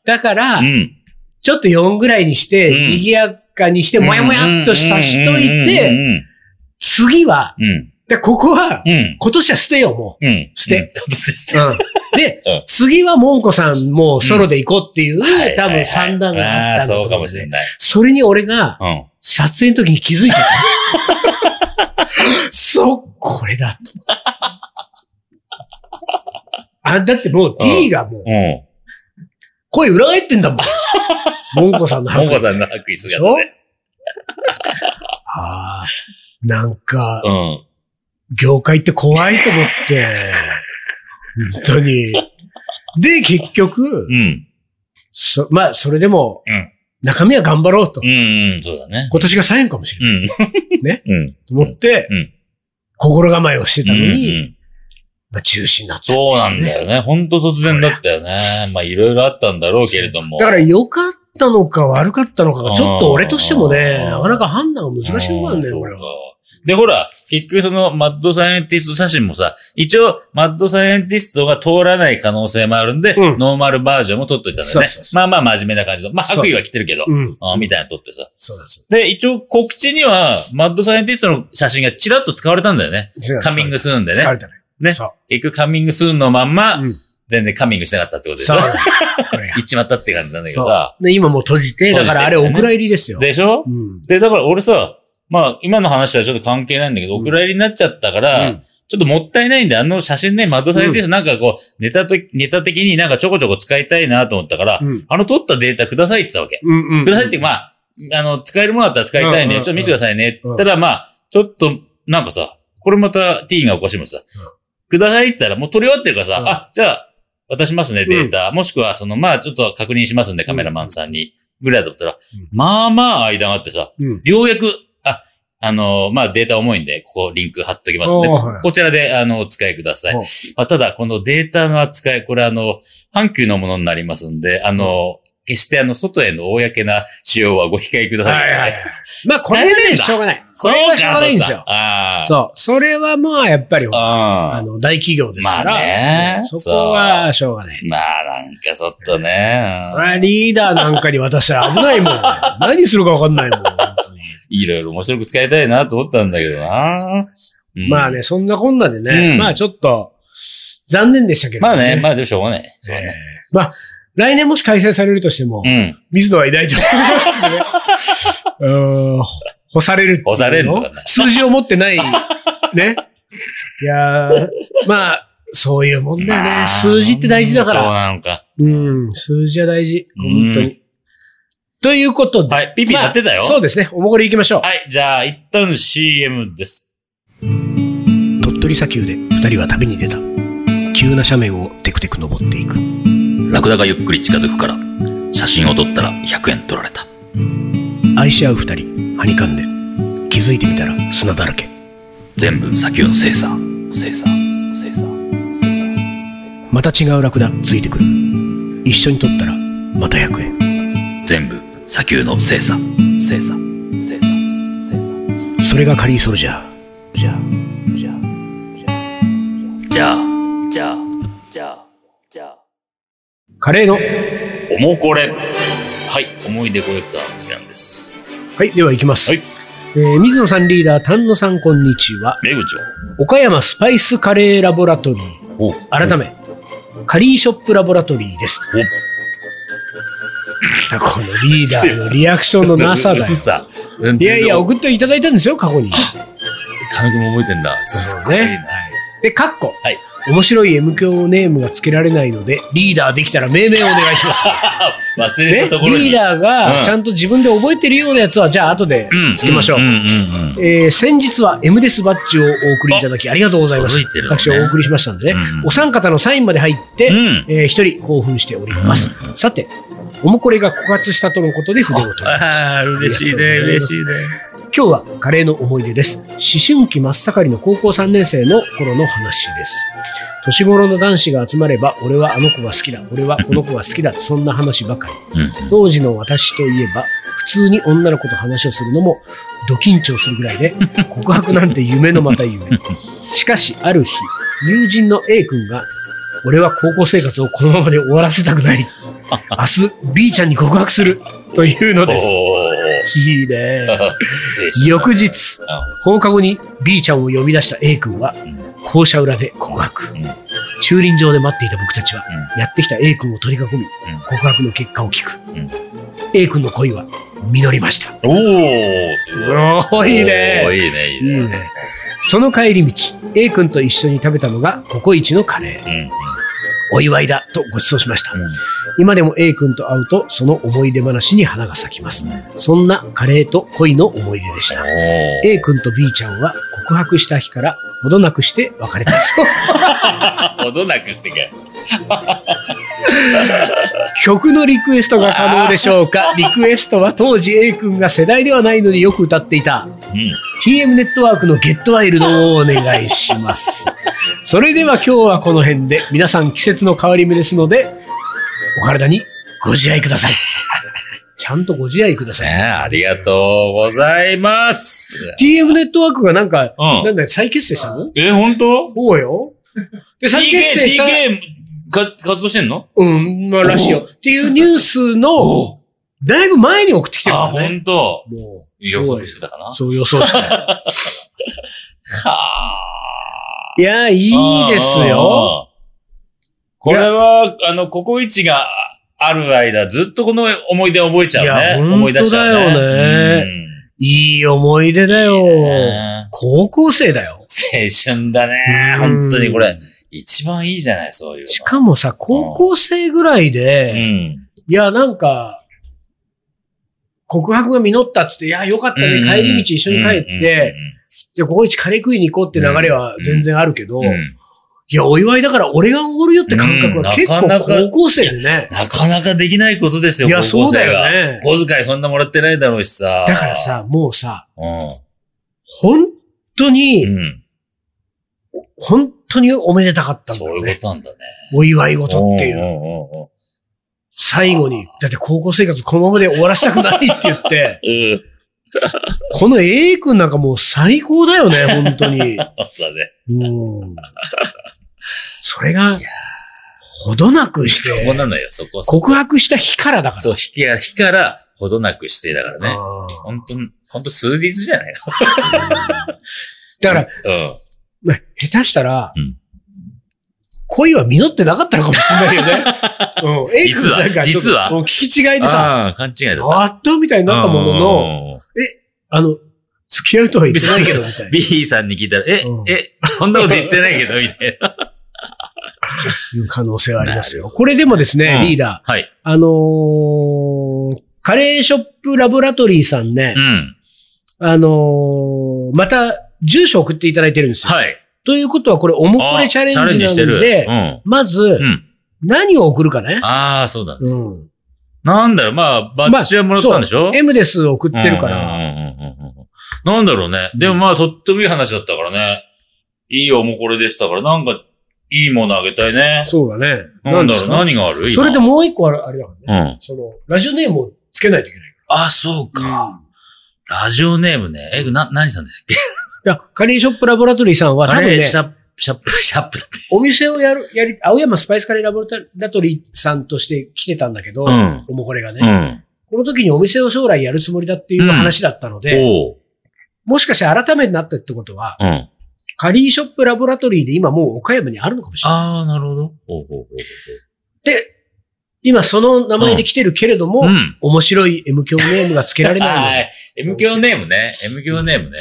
Speaker 1: だから、
Speaker 2: うん。
Speaker 1: ちょっと4ぐらいにして、
Speaker 2: うん
Speaker 1: 賑やかにして、もやもやっとさしとい
Speaker 2: うん
Speaker 1: て、、次は、
Speaker 2: うん、うん
Speaker 1: でここは、
Speaker 2: うん、うん
Speaker 1: 今年は捨てよう、も
Speaker 2: うん。
Speaker 1: 捨て
Speaker 2: うん。今年捨て。
Speaker 1: う。うんで
Speaker 2: うん、
Speaker 1: 次はモンコさんもソロで行こうっていう、
Speaker 2: はい
Speaker 1: 多
Speaker 2: はいは
Speaker 1: 分
Speaker 2: い
Speaker 1: 三段があったんだと
Speaker 2: あ
Speaker 1: 思
Speaker 2: あ、そうかもし
Speaker 1: な
Speaker 2: れ
Speaker 1: い。
Speaker 2: ない。
Speaker 1: それに俺が、
Speaker 2: うん。
Speaker 1: 撮影の時に気づいちゃ った。そう、これだと。あ、だってもう T がもう、
Speaker 2: うん。
Speaker 1: 声裏返ってんだも ん。モンコさんの
Speaker 2: モン
Speaker 1: 箱
Speaker 2: コさんの白衣
Speaker 1: でし
Speaker 2: 姿
Speaker 1: ょ
Speaker 2: で。
Speaker 1: ああ、なんか、
Speaker 2: うん。
Speaker 1: 業界って怖いと思って、本当に。で、結局
Speaker 2: う、ん。
Speaker 1: そまあ、それでも
Speaker 2: うん、
Speaker 1: 中身は頑張ろうと。
Speaker 2: うん、うん、そうだね。
Speaker 1: 今年が最後かもしれ
Speaker 2: う
Speaker 1: ない
Speaker 2: ん。
Speaker 1: ね
Speaker 2: うん。
Speaker 1: と思って
Speaker 2: うん、
Speaker 1: 心構えをしてたの
Speaker 2: うんう
Speaker 1: に、
Speaker 2: ん
Speaker 1: まあ、中止になったっていね
Speaker 2: そうなんだよね。ほんと突然だったよね。まあいろいろあったんだろうけれども。
Speaker 1: だから良かったのか悪かったのかが、ちょっと俺としてもね、
Speaker 2: うん
Speaker 1: なかなか判断が難しいもんなんだよ、
Speaker 2: う
Speaker 1: 俺は。
Speaker 2: そうかで、ほら、結局そのマッドサイエンティスト写真もさ、一応、マッドサイエンティストが通らない可能性もあるんで、
Speaker 1: うん
Speaker 2: ノーマルバージョンも撮っといたんだよ
Speaker 1: そう
Speaker 2: ね
Speaker 1: そう。そう
Speaker 2: まあまあ真面目な感じの。まあ
Speaker 1: そう
Speaker 2: 悪意は来てるけど、
Speaker 1: うん。
Speaker 2: あみたいなの撮ってさ。
Speaker 1: そうなんです
Speaker 2: で、一応告知には、マッドサイエンティストの写真がちらっと使われたんだよね。
Speaker 1: よ。
Speaker 2: カミングスーンでね。
Speaker 1: 疲れたね。
Speaker 2: ね
Speaker 1: そう。
Speaker 2: 結局カミングスーンのまんま、
Speaker 1: うん
Speaker 2: 全然カミングしなかったってことでし
Speaker 1: そ
Speaker 2: ょ
Speaker 1: う。こ れが
Speaker 2: 行っちまったって感じなんだけど
Speaker 1: そ
Speaker 2: さ。
Speaker 1: う。で、今もう閉じて、だ
Speaker 2: 閉じ
Speaker 1: か
Speaker 2: て
Speaker 1: らあれお蔵入りですよ。
Speaker 2: でしょ
Speaker 1: うん。
Speaker 2: で、だから俺さ、まあ今の話とはちょっと関係ないんだけど、
Speaker 1: うん
Speaker 2: お蔵入りになっちゃったから、
Speaker 1: うん
Speaker 2: ちょっともったいないんで、あの写真ね、マッドサイエンティストなんかこう、ネタと、ネタ的になんかちょこちょこ使いたいなと思ったから、
Speaker 1: うん。
Speaker 2: あの撮ったデータくださいって言ったわけ。
Speaker 1: うんうん。
Speaker 2: くださいって、まあ、あの、使えるものだったら使いたいんで、
Speaker 1: うんうんうん
Speaker 2: ちょっと見せてくださいね。
Speaker 1: うん
Speaker 2: ただまあ、ちょっと、なんかさ、これまた T がおかしいもんさ、くださいって言ったらもう撮り終わってるからさ、
Speaker 1: うん
Speaker 2: あ、じゃあ、渡しますね、データ。もしくは、その、まあ、ちょっと確認しますんで、カメラマンさんに。ぐらいだったら、
Speaker 1: ん
Speaker 2: まあまあ間があってさ、
Speaker 1: うん。
Speaker 2: ようやく、あ、あのーまあデータ重いんで、ここリンク貼っときますんで、
Speaker 1: おーはい
Speaker 2: こちらで、あの、お使いください
Speaker 1: お。
Speaker 2: まあ、ただ、このデータの扱い、これあの、阪急のものになりますんで、あのー決してあの、外への公な使用はご控えくださ
Speaker 1: はい
Speaker 2: い。
Speaker 1: はいはい。まあ、これは
Speaker 2: 使えねえ
Speaker 1: ね、
Speaker 2: んだ
Speaker 1: しょうがない。こ
Speaker 2: そう
Speaker 1: れはしょうが
Speaker 2: か
Speaker 1: ないんですよ。
Speaker 2: ああ。う。
Speaker 1: そう。それはまあ、やっぱり、あ
Speaker 2: あ
Speaker 1: の、大企業ですから。
Speaker 2: まあね
Speaker 1: そこは、しょうがない。
Speaker 2: まあ、なんかちょっとね、
Speaker 1: これはリーダーなんかに渡したら危ない もん。何するかわかんないもん。本当に
Speaker 2: いろいろ面白く使いたいなと思ったんだけどな。うん
Speaker 1: まあ。ね、そんなこんなで
Speaker 2: う
Speaker 1: ね、
Speaker 2: ん
Speaker 1: まあちょっと、残念でしたけれど
Speaker 2: ま
Speaker 1: も
Speaker 2: あね、まあでもしょうがない。しょうが
Speaker 1: えー
Speaker 2: ない
Speaker 1: まあ、来年もし開催されるとしても、
Speaker 2: うん。
Speaker 1: 水野はいないと思いますんで ね。うーん、干されるっていうの
Speaker 2: 干されるのかな
Speaker 1: 数字を持ってない、ね。いやーまあ、そういうもんだよね。数字って大事だか
Speaker 2: そう
Speaker 1: ら。
Speaker 2: なのか。
Speaker 1: うん、数字は大事。本当
Speaker 2: う
Speaker 1: に。ということで。
Speaker 2: はい、ピピなってたよ。
Speaker 1: まあそうですね。おもこり行きましょう。
Speaker 2: はい、じゃあ、一旦 CM です。
Speaker 1: 鳥取砂丘で二人は旅に出た。急な斜面をテクテク登っていく。
Speaker 2: ラクダがゆっくり近づくから、写真を撮ったら100円取られた。
Speaker 1: 愛し合う二人、はにかんで。気づいてみたら砂だらけ。
Speaker 2: 全部砂丘の精査。精査。精査。
Speaker 1: また違うラクダついてくる一緒に取ったらまた100円
Speaker 2: 全部砂丘の精査。精査。精査。精査。
Speaker 1: それがカリーソルジャーじゃあじゃあ
Speaker 2: じゃあ、じゃあ、じゃあ、じゃあ。
Speaker 1: カレーの
Speaker 2: おもこれ。はい、思い出コレクターの時間です。
Speaker 1: はいでは行きます、
Speaker 2: はい
Speaker 1: えー水野さんリーダー丹野さんこんにちは
Speaker 2: 出口
Speaker 1: 岡山スパイスカレーラボラトリー
Speaker 2: を。
Speaker 1: 改め、カリーショップラボラトリーです
Speaker 2: お
Speaker 1: このリーダーのリアクションのな さだよ
Speaker 2: 薄さ。
Speaker 1: いやいや
Speaker 2: 田
Speaker 1: 送っていただいたんですよ過去に
Speaker 2: 中君も覚えてんだ。す
Speaker 1: そう
Speaker 2: ごい
Speaker 1: ね
Speaker 2: な。
Speaker 1: でカッコ
Speaker 2: はい。
Speaker 1: 面白い M 教ネームが付けられないので、リーダーできたら命名お願いし ます。
Speaker 2: 忘れ
Speaker 1: ね
Speaker 2: たとこ、ろに。
Speaker 1: リーダー
Speaker 2: う
Speaker 1: が
Speaker 2: ん
Speaker 1: ちゃんと自分で覚えてるようなやつは、じゃあ後で
Speaker 2: うん
Speaker 1: つけましょう。
Speaker 2: んんうん
Speaker 1: えー先日は M デスバッジをお送りいただきありがとうございまし
Speaker 2: 届いてる
Speaker 1: た。
Speaker 2: のね
Speaker 1: 私はお送りしましたんでね、
Speaker 2: うん
Speaker 1: お三方のサインまで入って、
Speaker 2: うん。うん。
Speaker 1: えー一人興奮しております。さて、おもこれが枯渇したとのことで筆を取りました。
Speaker 2: ああ、嬉しいね、
Speaker 1: ありがとうございます
Speaker 2: 嬉しいね。
Speaker 1: 今日はカレーの思い出です。思春期真っ盛りの高校3年生の頃の話です。年頃の男子が集まれば、俺はあの子が好きだ、俺はこの子が好きだ、そんな話ばかり。
Speaker 2: うん
Speaker 1: 当時の私といえば、普通に女の子と話をするのも、ド緊張するぐらいで、告白なんて夢のまた夢。しかし、ある日、友人の A 君が、俺は高校生活をこのままで終わらせたくない。明日、B ちゃんに告白する。というのです。
Speaker 2: おー
Speaker 1: いいね。
Speaker 2: 失礼しました
Speaker 1: 翌日、放課後に B ちゃんを呼び出した A 君は
Speaker 2: ん、
Speaker 1: 校舎裏で告白。
Speaker 2: うん
Speaker 1: 駐輪場で待っていた僕たちは、やってきた A 君を取り囲み、告白の結果を聞く。
Speaker 2: うん
Speaker 1: A 君の恋は実りました。
Speaker 2: おー、すごい。
Speaker 1: おーいいね
Speaker 2: おーいいね、いい
Speaker 1: いい
Speaker 2: ね。
Speaker 1: ね。その帰り道、A 君と一緒に食べたのがココイチのカレー。
Speaker 2: うん
Speaker 1: お祝いだとご馳走しました。
Speaker 2: うん
Speaker 1: 今でも A 君と会うと、その思い出話に花が咲きます。そんなカレーと恋の思い出でした。
Speaker 2: おー
Speaker 1: A 君と B ちゃんは告白した日からほどなくして別れたそう。
Speaker 2: ほどなくしてか。
Speaker 1: 曲のリクエストが可能でしょうかリクエストは当時 A 君が世代ではないのによく歌っていた
Speaker 2: うん。
Speaker 1: TM ネットワークのゲットワイルドをお願いし ます。それでは今日はこの辺で皆さん季節の変わり目ですのでお体にご自愛く ださい。ちゃんとご自愛くださ
Speaker 2: ね
Speaker 1: い。
Speaker 2: ありがとうございます。
Speaker 1: TM ネットワークがなんか、
Speaker 2: うん
Speaker 1: なんだよ再結成したの
Speaker 2: え、本当
Speaker 1: そうよ。で、再結成したら
Speaker 2: TK、TK が活動してんの
Speaker 1: うん、まあ、らしいよ。っていうニュースの、
Speaker 2: お
Speaker 1: だいぶ前に送ってきてる
Speaker 2: あ、
Speaker 1: からね。
Speaker 2: 本当
Speaker 1: もう、
Speaker 2: 予
Speaker 1: そう
Speaker 2: 測してたかなは
Speaker 1: そう予想して。
Speaker 2: あ。
Speaker 1: いや、いいですよ。
Speaker 2: あー。これは、あの、ココイチがある間、ずっとこの思い出覚えちゃう
Speaker 1: い
Speaker 2: ね。
Speaker 1: や
Speaker 2: 思い出しちゃうね。
Speaker 1: 本当だよねいい思い出だよ。
Speaker 2: うんね
Speaker 1: 高校生だよ。
Speaker 2: 青春だね。
Speaker 1: うん
Speaker 2: 本当にこれ、一番いいじゃない、そういうの。
Speaker 1: しかもさ、高校生ぐらいうで、
Speaker 2: ん。
Speaker 1: いや、なんか、告白が実ったっつって、いや、よかったね。帰り道一緒に帰って、じゃあ、ここ一カレー食いに行こうって流れは全然あるけど、
Speaker 2: うん、
Speaker 1: い
Speaker 2: うん
Speaker 1: や、お祝いだから俺がおごるよって感覚は結
Speaker 2: うんな
Speaker 1: 構
Speaker 2: かなか
Speaker 1: 高校生でね。
Speaker 2: なかなかできないことですよ、
Speaker 1: いや、
Speaker 2: 高
Speaker 1: そ
Speaker 2: 校
Speaker 1: う
Speaker 2: 生
Speaker 1: だ
Speaker 2: が
Speaker 1: よね。
Speaker 2: 小遣いそんなもらってないだろうしさ。
Speaker 1: だから。さ、もうさ、
Speaker 2: うん。
Speaker 1: 本当に、
Speaker 2: うん。
Speaker 1: 本当におめでたかったんだ
Speaker 2: そ
Speaker 1: よ
Speaker 2: ういう
Speaker 1: ね。
Speaker 2: ことなんだね。
Speaker 1: お祝い事ってい
Speaker 2: ん
Speaker 1: う。
Speaker 2: んうんうん
Speaker 1: 最後に、だって高校生活このままで終わらせたくないって言 って、
Speaker 2: うん。
Speaker 1: この A 君なんかもう最高だよ ね、本当に。
Speaker 2: そうだね。
Speaker 1: うん。それが、ほどなくし
Speaker 2: そこ
Speaker 1: て、
Speaker 2: なのよ、そこ。
Speaker 1: 告白した日からだから。
Speaker 2: そう、引きや、引から、ほどなくして、だからね。
Speaker 1: あー
Speaker 2: 本当本当数日じゃない
Speaker 1: だから、
Speaker 2: の
Speaker 1: ね下手したら
Speaker 2: うん、
Speaker 1: 恋は実ってなかったのかもしれないよね。うん。A 君
Speaker 2: 実は
Speaker 1: なんかちょっと、
Speaker 2: 実は
Speaker 1: もう聞き違
Speaker 2: う
Speaker 1: い
Speaker 2: ん。
Speaker 1: でさ、
Speaker 2: ああ、勘違いだった。
Speaker 1: あったみたいになったものの、
Speaker 2: の、
Speaker 1: あの、付き合うとは言ってないけど、みたいな。
Speaker 2: B さんに聞いたら、え
Speaker 1: う、ん
Speaker 2: え、そんなこと言ってないけど、みたいな。
Speaker 1: いう可能性はありますよ。これでもですね、
Speaker 2: うん
Speaker 1: リーダー、
Speaker 2: はい。
Speaker 1: あのーカレーショップラボラトリーさんね
Speaker 2: う、ん。
Speaker 1: あのーまた、住所送っていただいてるんですよ。
Speaker 2: はい。
Speaker 1: ということは、これ、おもこ
Speaker 2: あ
Speaker 1: れ
Speaker 2: ー
Speaker 1: チャレンジな
Speaker 2: チャして
Speaker 1: の
Speaker 2: る。
Speaker 1: で
Speaker 2: う、ん。
Speaker 1: まず
Speaker 2: う、ん。
Speaker 1: 何を送るかね。
Speaker 2: ああ、そうだね。
Speaker 1: うん。
Speaker 2: なんだろう、まあ、バッジはもらったんでしょ、
Speaker 1: M です送ってるから、
Speaker 2: うんうんうんうんうんなんだろうね。でもまあ、とってもいい話だったからね。いいおもこれでしたから、なんか、いいものあげたいね。
Speaker 1: そうだね。
Speaker 2: なん
Speaker 1: で
Speaker 2: だろ
Speaker 1: す
Speaker 2: う、
Speaker 1: か
Speaker 2: 何がある
Speaker 1: それで
Speaker 2: も。
Speaker 1: もう一個あれあれだから
Speaker 2: う
Speaker 1: ね。
Speaker 2: ん。
Speaker 1: その、ラジオネームをつけないといけない
Speaker 2: あ、そう
Speaker 1: か
Speaker 2: か。
Speaker 1: ら。
Speaker 2: ラジオネームね。え、な、何さんでしたっけ
Speaker 1: いや、カレーショップラボラトリーさんは多
Speaker 2: カ
Speaker 1: 分
Speaker 2: レー
Speaker 1: ね、
Speaker 2: シャップ、シャップ、 シャップだって。
Speaker 1: お店をやる、やり、青山スパイスカレーラボラトリーさんとして来てたんだけど、
Speaker 2: うん
Speaker 1: おもこれがね、
Speaker 2: うん。
Speaker 1: この時にお店を将来やるつもりだっていう話だったので、
Speaker 2: おう。
Speaker 1: もしかして改めになったってことは、
Speaker 2: うん。あ
Speaker 1: カレーショップラボラトリーで今もう岡山にあるのかもしれない。
Speaker 2: あー、なるほど。おうおうおう
Speaker 1: で、今その名前で来てるけれども、
Speaker 2: おううん。
Speaker 1: 面白い M 教ネームが付けられないの
Speaker 2: は
Speaker 1: で
Speaker 2: い。M 教ネームね。M 教ネームね。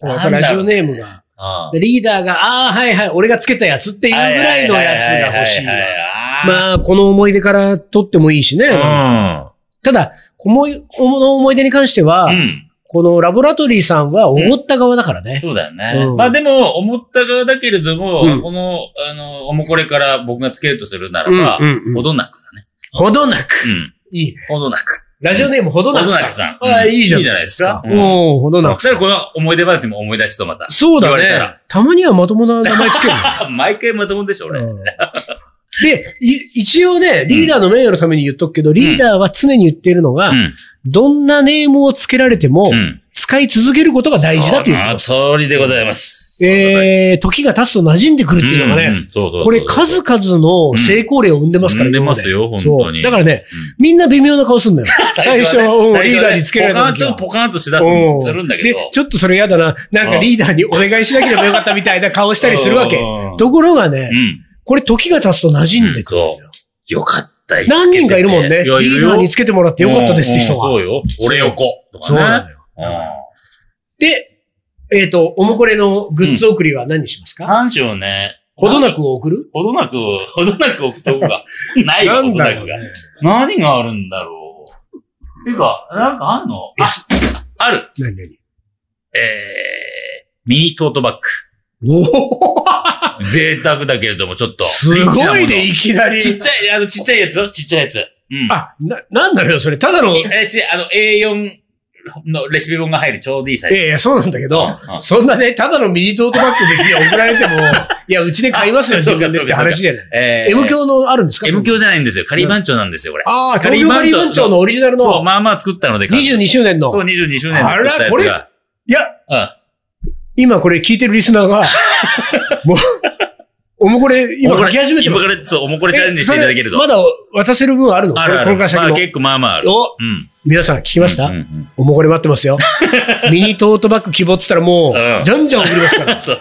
Speaker 1: だからラジオネームが
Speaker 2: ああ
Speaker 1: でリーダーが、ああ、はいはい、俺がつけたやつっていうぐらいのやつが欲しいわ
Speaker 2: は。は
Speaker 1: まあ、この思い出から取ってもいいしね。
Speaker 2: あ
Speaker 1: ただ、このこの思い出に関しては、
Speaker 2: うん。うん。
Speaker 1: このラボラトリーさんは思った側だからね。
Speaker 2: そうだよね。
Speaker 1: うん
Speaker 2: まあでも、思った側だけれども、
Speaker 1: うん
Speaker 2: この、あの、おもこれから僕がつけるとするなら
Speaker 1: うん
Speaker 2: ば、
Speaker 1: うんう
Speaker 2: ほ
Speaker 1: ん
Speaker 2: どなくだね。
Speaker 1: ほどなく。
Speaker 2: うん。
Speaker 1: いいね。
Speaker 2: ほどなく。
Speaker 1: ラジオネームほどなく
Speaker 2: ほどな
Speaker 1: さん。
Speaker 2: くさん
Speaker 1: ああ、
Speaker 2: うん
Speaker 1: いいじゃん。
Speaker 2: いいじゃないですかうん
Speaker 1: おおほどな
Speaker 2: そ
Speaker 1: く
Speaker 2: し
Speaker 1: さ
Speaker 2: た
Speaker 1: ん。
Speaker 2: らこの思い出話も思い出しとまた。
Speaker 1: そうだ
Speaker 2: 言われた
Speaker 1: ね
Speaker 2: ら。
Speaker 1: たまにはまともな名前つけるね。
Speaker 2: あ毎回まともんでしょ、俺。
Speaker 1: うんで、い一応ね、リーダーの名誉のために言っとくけど、リーダーは常に言っているのが、
Speaker 2: うん。
Speaker 1: どんなネームをつけられても、
Speaker 2: うん。
Speaker 1: 使い続けることが大事だと言ってます。
Speaker 2: その通りでございます。
Speaker 1: えー、時が経つと馴染んでくるっていうのがね、
Speaker 2: んんそうそうそう
Speaker 1: これ数々の成功例を生んでますから、
Speaker 2: うん生んで
Speaker 1: 今
Speaker 2: ま
Speaker 1: です
Speaker 2: よ、本
Speaker 1: そ
Speaker 2: 当
Speaker 1: う。
Speaker 2: に。
Speaker 1: だからね、みんな微妙な顔す んだよ。最初は、うんリーダーにつけられた
Speaker 2: た
Speaker 1: 時
Speaker 2: 時
Speaker 1: は
Speaker 2: は。ポカーンとポカーンとしだす
Speaker 1: うん
Speaker 2: するんだけ
Speaker 1: で
Speaker 2: ど。、
Speaker 1: ちょっとそれ嫌だな。なんか
Speaker 2: うん
Speaker 1: リーダーにお願いしなければよかったみたいな顔したりするわけ
Speaker 2: う。ん
Speaker 1: ところが
Speaker 2: う
Speaker 1: ね、
Speaker 2: ん。
Speaker 1: これ時が経つと馴染んでくるんだよ。
Speaker 2: よかった。
Speaker 1: 何人かいるもんね。リ
Speaker 2: や
Speaker 1: ーダーにつけてもらってよかったですって人
Speaker 2: うんうん
Speaker 1: が。
Speaker 2: そうよ。俺横。とか
Speaker 1: そうな
Speaker 2: ね
Speaker 1: のよ。で、えっと、おもこれのグッズ送りは何にします
Speaker 2: うん。
Speaker 1: か
Speaker 2: 何しようね。
Speaker 1: ほどなくを送る
Speaker 2: ほどなく、ほどなく置くとこ が、ないよ、ほどなくが。
Speaker 1: ね
Speaker 2: 何があるんだろう。てか、なんかあんのあ、
Speaker 1: S
Speaker 2: ある。
Speaker 1: 何何
Speaker 2: えー、ミニトートバッグ。
Speaker 1: おお
Speaker 2: 贅沢だけれども、ちょっと。
Speaker 1: すごいね、
Speaker 2: リッ
Speaker 1: いきなり。
Speaker 2: チなものちっちゃい、あの、ちっちゃいやつよちっちゃいやつ。うん。
Speaker 1: あ、な、なんだろう、それ。ただの、い
Speaker 2: え、ち、あの、A4 のレシピ本が入るちょうどいいサイズ。
Speaker 1: やいや、そうなんだけ
Speaker 2: うんう
Speaker 1: ど
Speaker 2: ん、
Speaker 1: そんなね、ただのミニトートバッグ別に送られ ても、いや、うちで買いますよ、
Speaker 2: あ
Speaker 1: 自
Speaker 2: そうか
Speaker 1: 分でって話じゃない。
Speaker 2: えー
Speaker 1: M 教のあるんですか
Speaker 2: M 教
Speaker 1: じ
Speaker 2: じゃないんですよ。仮番長なんですよ、これ。
Speaker 1: ああ、東
Speaker 2: 仮
Speaker 1: 京
Speaker 2: 番長
Speaker 1: カリー番長のオリジナル
Speaker 2: そう、
Speaker 1: の
Speaker 2: まあまあ作ったので。
Speaker 1: 22周年の
Speaker 2: そ。う、22周年で作ったやつが。
Speaker 1: いや、
Speaker 2: あ
Speaker 1: 今これ聞いてるリスナー が、もう、おもこれ、今書き始めて
Speaker 2: 今
Speaker 1: ます
Speaker 2: か。ら、そう、おもこれチャレンジしていただけると。
Speaker 1: えそれまだ渡せる分あるの
Speaker 2: あるあ
Speaker 1: これ
Speaker 2: る。
Speaker 1: これか
Speaker 2: ま
Speaker 1: ら
Speaker 2: あ
Speaker 1: 先
Speaker 2: 結構まあまあある。
Speaker 1: も。お、
Speaker 2: うん。
Speaker 1: 皆さん聞きました
Speaker 2: うんうんうん
Speaker 1: おもこれ待ってます よ。ミニトートバッグ希望って言ったらも
Speaker 2: う
Speaker 1: う、
Speaker 2: ん
Speaker 1: じゃんじゃん送ります から。
Speaker 2: そう。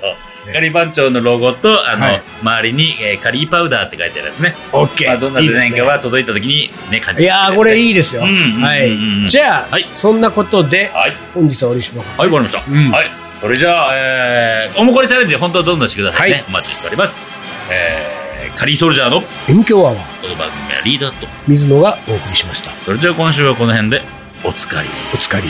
Speaker 2: 仮番長のロゴと、あの
Speaker 1: はい、
Speaker 2: 周りに、えーカリーパウダーって書いてあるやつね。
Speaker 1: オッケー。
Speaker 2: まあ、どんな
Speaker 1: で
Speaker 2: デ
Speaker 1: すね
Speaker 2: ザインかは届いた時に、ね、感
Speaker 1: い
Speaker 2: じ
Speaker 1: やー、これいいですよ。
Speaker 2: うんうんうんうん
Speaker 1: はい。じゃあ、
Speaker 2: はい
Speaker 1: そんなことで、
Speaker 2: はい。
Speaker 1: 本日は終わりにしましょ
Speaker 2: はい、わかりました。
Speaker 1: うん
Speaker 2: はい。それじゃあ、えー、おもこれチャレンジ、本当はどんどんしてくださいね。
Speaker 1: はい
Speaker 2: お待ちしております。えー、カリーソルジャーのこ
Speaker 1: う。M 強アワー、
Speaker 2: の番組はリーダーと。
Speaker 1: 水野がお送りしました。
Speaker 2: それじゃあ今週はこの辺で、おつかり。
Speaker 1: お疲れ。